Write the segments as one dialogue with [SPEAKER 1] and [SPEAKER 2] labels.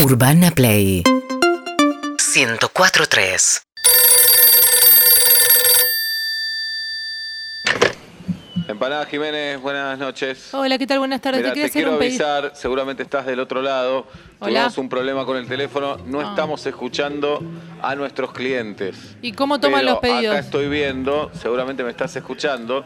[SPEAKER 1] Urbana Play 104.3
[SPEAKER 2] Empanada Jiménez, buenas noches.
[SPEAKER 3] Hola, ¿qué tal? Buenas tardes.
[SPEAKER 2] Mirá,
[SPEAKER 3] Oh, te
[SPEAKER 2] te
[SPEAKER 3] quería hacer
[SPEAKER 2] quiero
[SPEAKER 3] un pedido.
[SPEAKER 2] avisar, seguramente estás del otro lado.
[SPEAKER 3] Hola.
[SPEAKER 2] Tuvimos un problema con el teléfono, no
[SPEAKER 3] Ah.
[SPEAKER 2] estamos escuchando a nuestros clientes.
[SPEAKER 3] ¿Y cómo toman
[SPEAKER 2] Pero
[SPEAKER 3] los pedidos?
[SPEAKER 2] Acá estoy viendo, seguramente me estás escuchando.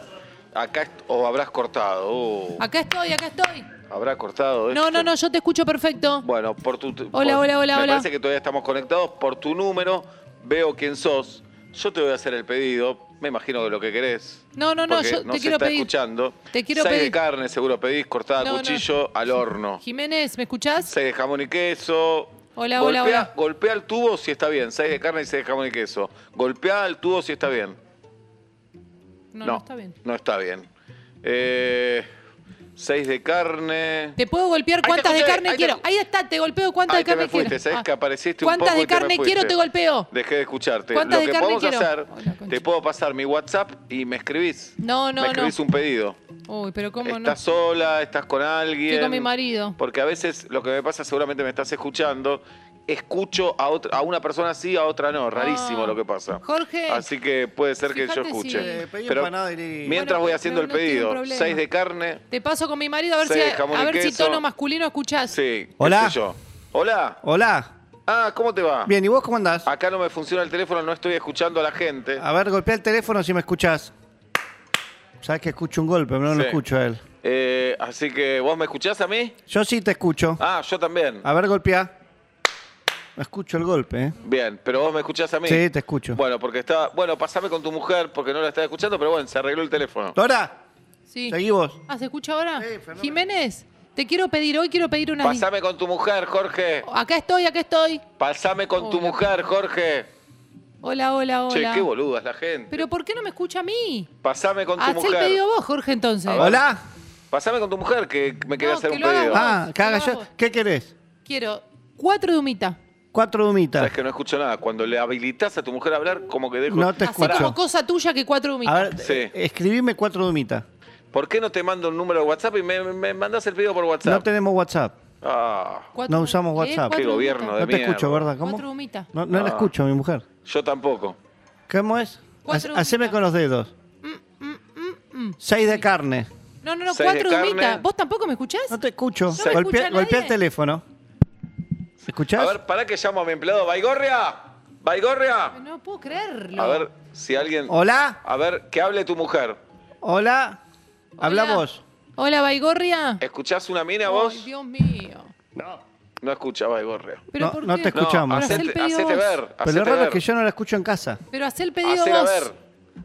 [SPEAKER 2] Acá est- o habrás cortado. uh,
[SPEAKER 3] Acá estoy, acá estoy.
[SPEAKER 2] habrá cortado.
[SPEAKER 3] No,
[SPEAKER 2] esto.
[SPEAKER 3] no, no, yo te escucho perfecto.
[SPEAKER 2] Bueno, por tu. por-
[SPEAKER 3] hola, hola,
[SPEAKER 2] Me
[SPEAKER 3] hola.
[SPEAKER 2] parece que todavía estamos conectados. Por tu número, veo quién sos. Yo te voy a hacer el pedido. Me imagino que lo que querés.
[SPEAKER 3] No, no, no,
[SPEAKER 2] porque
[SPEAKER 3] yo te
[SPEAKER 2] se
[SPEAKER 3] quiero
[SPEAKER 2] está
[SPEAKER 3] pedir.
[SPEAKER 2] escuchando.
[SPEAKER 3] Te quiero
[SPEAKER 2] Seis de
[SPEAKER 3] pedir.
[SPEAKER 2] carne, seguro pedís, cortada a
[SPEAKER 3] No, no.
[SPEAKER 2] cuchillo al horno.
[SPEAKER 3] Jiménez, ¿me escuchás?
[SPEAKER 2] Seis de jamón y queso.
[SPEAKER 3] Hola,
[SPEAKER 2] golpea,
[SPEAKER 3] hola, hola.
[SPEAKER 2] Golpea el tubo si está bien. Seis de carne y seis de jamón y queso. Golpea el tubo si está bien.
[SPEAKER 3] No, no está bien.
[SPEAKER 2] No está bien. Eh, seis de carne.
[SPEAKER 3] ¿Te puedo golpear
[SPEAKER 2] te
[SPEAKER 3] cuántas de
[SPEAKER 2] escuché,
[SPEAKER 3] carne
[SPEAKER 2] ahí te-
[SPEAKER 3] quiero? Ahí está, te golpeo cuántas
[SPEAKER 2] Ahí
[SPEAKER 3] de carne
[SPEAKER 2] te me fuiste,
[SPEAKER 3] quiero.
[SPEAKER 2] sabés
[SPEAKER 3] Ah.
[SPEAKER 2] que apareciste un poco
[SPEAKER 3] ¿Cuántas de
[SPEAKER 2] y te me
[SPEAKER 3] carne
[SPEAKER 2] fuiste.
[SPEAKER 3] quiero te golpeo?
[SPEAKER 2] Dejé de escucharte. Lo
[SPEAKER 3] ¿Cuántas
[SPEAKER 2] que
[SPEAKER 3] de carne
[SPEAKER 2] podemos
[SPEAKER 3] quiero?
[SPEAKER 2] hacer,
[SPEAKER 3] Hola, concha.
[SPEAKER 2] te puedo pasar mi WhatsApp y me escribís.
[SPEAKER 3] No, no,
[SPEAKER 2] Me
[SPEAKER 3] no.
[SPEAKER 2] escribís un pedido.
[SPEAKER 3] Uy, pero cómo no.
[SPEAKER 2] ¿Estás sola? ¿Estás con alguien?
[SPEAKER 3] Estoy con mi marido.
[SPEAKER 2] Porque a veces lo que me pasa, seguramente me estás escuchando, escucho a, otra, a una persona sí, a otra no. Rarísimo
[SPEAKER 3] Ah.
[SPEAKER 2] lo que pasa.
[SPEAKER 3] Jorge.
[SPEAKER 2] Así que puede ser que yo
[SPEAKER 3] fíjate
[SPEAKER 2] escuche.
[SPEAKER 3] si- Eh,
[SPEAKER 4] pedí empanada y le-
[SPEAKER 2] mientras
[SPEAKER 3] Bueno,
[SPEAKER 2] voy
[SPEAKER 3] pero
[SPEAKER 2] haciendo el
[SPEAKER 3] no tengo
[SPEAKER 2] pedido,
[SPEAKER 3] problema.
[SPEAKER 2] seis de carne.
[SPEAKER 3] Te paso con mi marido a ver si
[SPEAKER 2] Seis de jamón
[SPEAKER 3] a
[SPEAKER 2] y
[SPEAKER 3] ver si
[SPEAKER 2] queso.
[SPEAKER 3] tono masculino escuchás.
[SPEAKER 2] Sí. qué
[SPEAKER 4] Hola.
[SPEAKER 2] sé yo. Hola.
[SPEAKER 4] Hola.
[SPEAKER 2] Ah, ¿cómo te va?
[SPEAKER 4] Bien, ¿y vos cómo andás?
[SPEAKER 2] Acá no me funciona el teléfono, no estoy escuchando a la gente.
[SPEAKER 4] A ver, golpea el teléfono si me escuchás. Sabes que escucho un golpe, pero no lo
[SPEAKER 2] Sí.
[SPEAKER 4] escucho a él.
[SPEAKER 2] Eh, así que, ¿vos me escuchás a mí?
[SPEAKER 4] Yo sí te escucho.
[SPEAKER 2] Ah, yo también.
[SPEAKER 4] A ver, golpea. No escucho el golpe, ¿eh?
[SPEAKER 2] Bien, pero vos me escuchás a mí.
[SPEAKER 4] Sí, te escucho.
[SPEAKER 2] Bueno, porque está. Bueno, pasame con tu mujer porque no la estás escuchando, pero bueno, se arregló el teléfono.
[SPEAKER 4] Dora,
[SPEAKER 3] Sí.
[SPEAKER 4] seguí vos.
[SPEAKER 3] Ah, ¿se escucha ahora?
[SPEAKER 4] Sí, fenómeno.
[SPEAKER 3] Jiménez, te quiero pedir, hoy quiero pedir unas...
[SPEAKER 2] Pasame con tu mujer, Jorge.
[SPEAKER 3] Acá estoy, acá estoy.
[SPEAKER 2] Pasame con tu
[SPEAKER 3] Hola.
[SPEAKER 2] mujer, Jorge.
[SPEAKER 3] Hola, hola, hola.
[SPEAKER 2] Che, qué boluda es la gente.
[SPEAKER 3] Pero ¿por qué no me escucha a mí?
[SPEAKER 2] Pasame con tu
[SPEAKER 3] Haz el
[SPEAKER 2] mujer.
[SPEAKER 3] pedido vos, Jorge, entonces.
[SPEAKER 2] A ver.
[SPEAKER 4] Hola.
[SPEAKER 2] Pasame con tu mujer que me quería
[SPEAKER 3] No,
[SPEAKER 2] hacer
[SPEAKER 3] que
[SPEAKER 2] un
[SPEAKER 3] lo haga
[SPEAKER 2] pedido.
[SPEAKER 3] vos.
[SPEAKER 4] Ah, que haga
[SPEAKER 3] hola,
[SPEAKER 4] yo.
[SPEAKER 3] vos.
[SPEAKER 4] ¿Qué querés?
[SPEAKER 3] Quiero cuatro de humita.
[SPEAKER 4] Cuatro dumitas.
[SPEAKER 2] Sabes que no escucho nada. Cuando le habilitas a tu mujer a hablar, como que dejo.
[SPEAKER 4] No te
[SPEAKER 3] Hacé
[SPEAKER 4] escucho.
[SPEAKER 3] como cosa tuya que cuatro de humita.
[SPEAKER 4] A ver,
[SPEAKER 2] Sí.
[SPEAKER 4] eh, escribime cuatro dumitas.
[SPEAKER 2] ¿Por qué no te mando un número de WhatsApp y me, me mandas el pedido por WhatsApp?
[SPEAKER 4] No tenemos WhatsApp.
[SPEAKER 2] Ah,
[SPEAKER 3] Cuatro-
[SPEAKER 4] no usamos
[SPEAKER 3] ¿Qué?
[SPEAKER 4] WhatsApp.
[SPEAKER 3] Cuatro
[SPEAKER 2] Qué gobierno
[SPEAKER 3] humitas.
[SPEAKER 2] de
[SPEAKER 4] No te
[SPEAKER 2] mierda.
[SPEAKER 4] escucho, ¿verdad? ¿Cómo?
[SPEAKER 3] Cuatro dumitas.
[SPEAKER 4] No, no la
[SPEAKER 2] Ah.
[SPEAKER 4] escucho a mi mujer.
[SPEAKER 2] yo tampoco.
[SPEAKER 4] ¿Cómo es?
[SPEAKER 3] Cuatro
[SPEAKER 4] Ha- Haceme
[SPEAKER 3] dumitas. Mm,
[SPEAKER 4] con los dedos. Seis de carne.
[SPEAKER 3] No, no, no,
[SPEAKER 2] Seis de
[SPEAKER 3] cuatro
[SPEAKER 2] carne.
[SPEAKER 3] humitas. ¿Vos tampoco me escuchás?
[SPEAKER 4] No te escucho.
[SPEAKER 3] No me
[SPEAKER 4] Golpea,
[SPEAKER 3] escucha nadie.
[SPEAKER 4] golpea el teléfono. ¿Escuchás?
[SPEAKER 2] A ver, ¿para que llamo a mi empleado? ¡Baigorria! ¡Baigorria!
[SPEAKER 3] No puedo creerlo.
[SPEAKER 2] A ver si alguien.
[SPEAKER 4] Hola,
[SPEAKER 2] A ver, que hable tu mujer.
[SPEAKER 4] hola. Habla
[SPEAKER 3] Hola.
[SPEAKER 4] vos.
[SPEAKER 3] Hola, Baigorria.
[SPEAKER 2] ¿Escuchás una mina
[SPEAKER 3] Ay,
[SPEAKER 2] vos?
[SPEAKER 3] Dios mío.
[SPEAKER 2] No escucha, Baigorria.
[SPEAKER 3] Pero
[SPEAKER 4] No,
[SPEAKER 3] ¿por
[SPEAKER 4] no
[SPEAKER 3] qué?
[SPEAKER 4] te
[SPEAKER 2] No,
[SPEAKER 4] Escuchamos.
[SPEAKER 3] Hacé el
[SPEAKER 2] hacete,
[SPEAKER 3] pedido
[SPEAKER 2] hacete
[SPEAKER 3] vos.
[SPEAKER 2] ver.
[SPEAKER 4] Pero lo
[SPEAKER 2] hacete
[SPEAKER 4] raro
[SPEAKER 2] ver.
[SPEAKER 4] es que yo no la escucho en casa.
[SPEAKER 3] Pero hacé el pedido
[SPEAKER 2] Hacela
[SPEAKER 3] vos.
[SPEAKER 2] ver.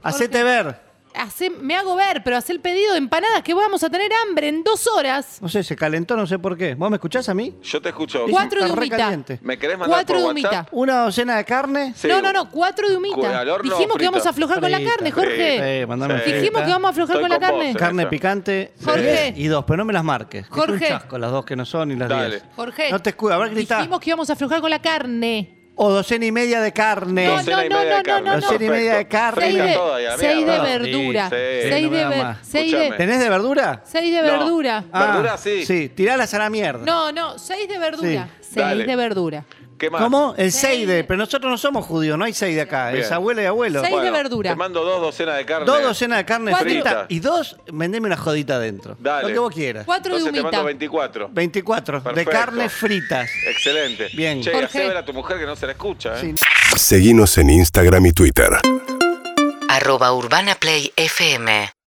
[SPEAKER 4] Hacete ver.
[SPEAKER 3] Hacé- me hago ver, pero hacé el pedido de empanadas que vamos a tener hambre en dos horas.
[SPEAKER 4] No sé, se calentó, no sé por qué. ¿Vos me escuchás a mí?
[SPEAKER 2] Yo te escucho.
[SPEAKER 4] Ese
[SPEAKER 3] Cuatro
[SPEAKER 4] está
[SPEAKER 3] de
[SPEAKER 4] re
[SPEAKER 3] humita.
[SPEAKER 4] caliente.
[SPEAKER 2] ¿Me querés mandar
[SPEAKER 3] Cuatro
[SPEAKER 2] por
[SPEAKER 3] de
[SPEAKER 2] WhatsApp?
[SPEAKER 3] humita.
[SPEAKER 4] Una docena de carne.
[SPEAKER 2] Sí.
[SPEAKER 3] No, no, no, cuatro de
[SPEAKER 2] Cu-
[SPEAKER 3] humita.
[SPEAKER 2] al horno
[SPEAKER 3] Dijimos que
[SPEAKER 2] frito.
[SPEAKER 3] vamos a aflojar con la
[SPEAKER 4] Frita,
[SPEAKER 3] carne,
[SPEAKER 4] frita.
[SPEAKER 3] Jorge.
[SPEAKER 4] Eh, mandame
[SPEAKER 2] Sí.
[SPEAKER 4] frita.
[SPEAKER 3] Dijimos que vamos a aflojar
[SPEAKER 2] Estoy
[SPEAKER 3] con la
[SPEAKER 2] con vos,
[SPEAKER 3] carne.
[SPEAKER 2] eh.
[SPEAKER 4] Carne
[SPEAKER 2] Esa.
[SPEAKER 4] picante.
[SPEAKER 3] Jorge.
[SPEAKER 4] diez Y dos, pero no me las marques. Que es
[SPEAKER 3] Jorge.
[SPEAKER 4] Un chasco, las dos que no son y las
[SPEAKER 2] Dale.
[SPEAKER 4] diez.
[SPEAKER 3] Jorge.
[SPEAKER 4] No te escucho. A ver, gritá.
[SPEAKER 3] Dijimos que íbamos a aflojar con la carne.
[SPEAKER 4] O docena y media de carne.
[SPEAKER 3] No,
[SPEAKER 2] Docena y
[SPEAKER 3] no,
[SPEAKER 2] media de
[SPEAKER 3] no,
[SPEAKER 2] carne.
[SPEAKER 3] no, no.
[SPEAKER 4] Docena y media de carne.
[SPEAKER 3] Seis
[SPEAKER 4] Frita
[SPEAKER 3] de,
[SPEAKER 2] toda y a la
[SPEAKER 3] seis de
[SPEAKER 2] mierda.
[SPEAKER 3] verdura.
[SPEAKER 2] Sí, sí.
[SPEAKER 3] seis,
[SPEAKER 4] No me
[SPEAKER 3] de
[SPEAKER 4] da
[SPEAKER 3] ver-
[SPEAKER 4] más.
[SPEAKER 3] seis de-
[SPEAKER 2] Escuchame.
[SPEAKER 4] ¿Tenés de verdura? Ah,
[SPEAKER 3] seis de
[SPEAKER 2] No.
[SPEAKER 3] verdura.
[SPEAKER 2] Verdura, sí.
[SPEAKER 4] Sí, tiralas a la mierda.
[SPEAKER 3] No, no, seis de verdura. Seis
[SPEAKER 2] Dale.
[SPEAKER 3] de verdura.
[SPEAKER 2] ¿Qué más?
[SPEAKER 4] ¿Cómo? El
[SPEAKER 3] Seide.
[SPEAKER 4] Seide. Pero nosotros no somos judíos, no hay Seide acá.
[SPEAKER 2] Bien.
[SPEAKER 4] Es abuela y abuelo.
[SPEAKER 3] Seis de verdura.
[SPEAKER 2] Te mando dos docenas de carne.
[SPEAKER 4] Dos docenas de carne
[SPEAKER 3] Cuatro.
[SPEAKER 4] frita
[SPEAKER 2] Frita.
[SPEAKER 4] y dos, vendeme una jodita adentro.
[SPEAKER 2] Dale.
[SPEAKER 4] Lo que vos quieras.
[SPEAKER 3] Cuatro
[SPEAKER 2] Entonces
[SPEAKER 3] de
[SPEAKER 2] te mando
[SPEAKER 3] humita.
[SPEAKER 2] 24.
[SPEAKER 4] 24 de
[SPEAKER 2] Perfecto.
[SPEAKER 4] carne fritas.
[SPEAKER 2] Excelente.
[SPEAKER 4] Bien.
[SPEAKER 2] Che,
[SPEAKER 3] Jorge.
[SPEAKER 2] hacé ver a tu mujer que no se la escucha, ¿eh?
[SPEAKER 4] Sí,
[SPEAKER 5] Seguinos en Instagram y Twitter.
[SPEAKER 1] arroba urbanaplayfm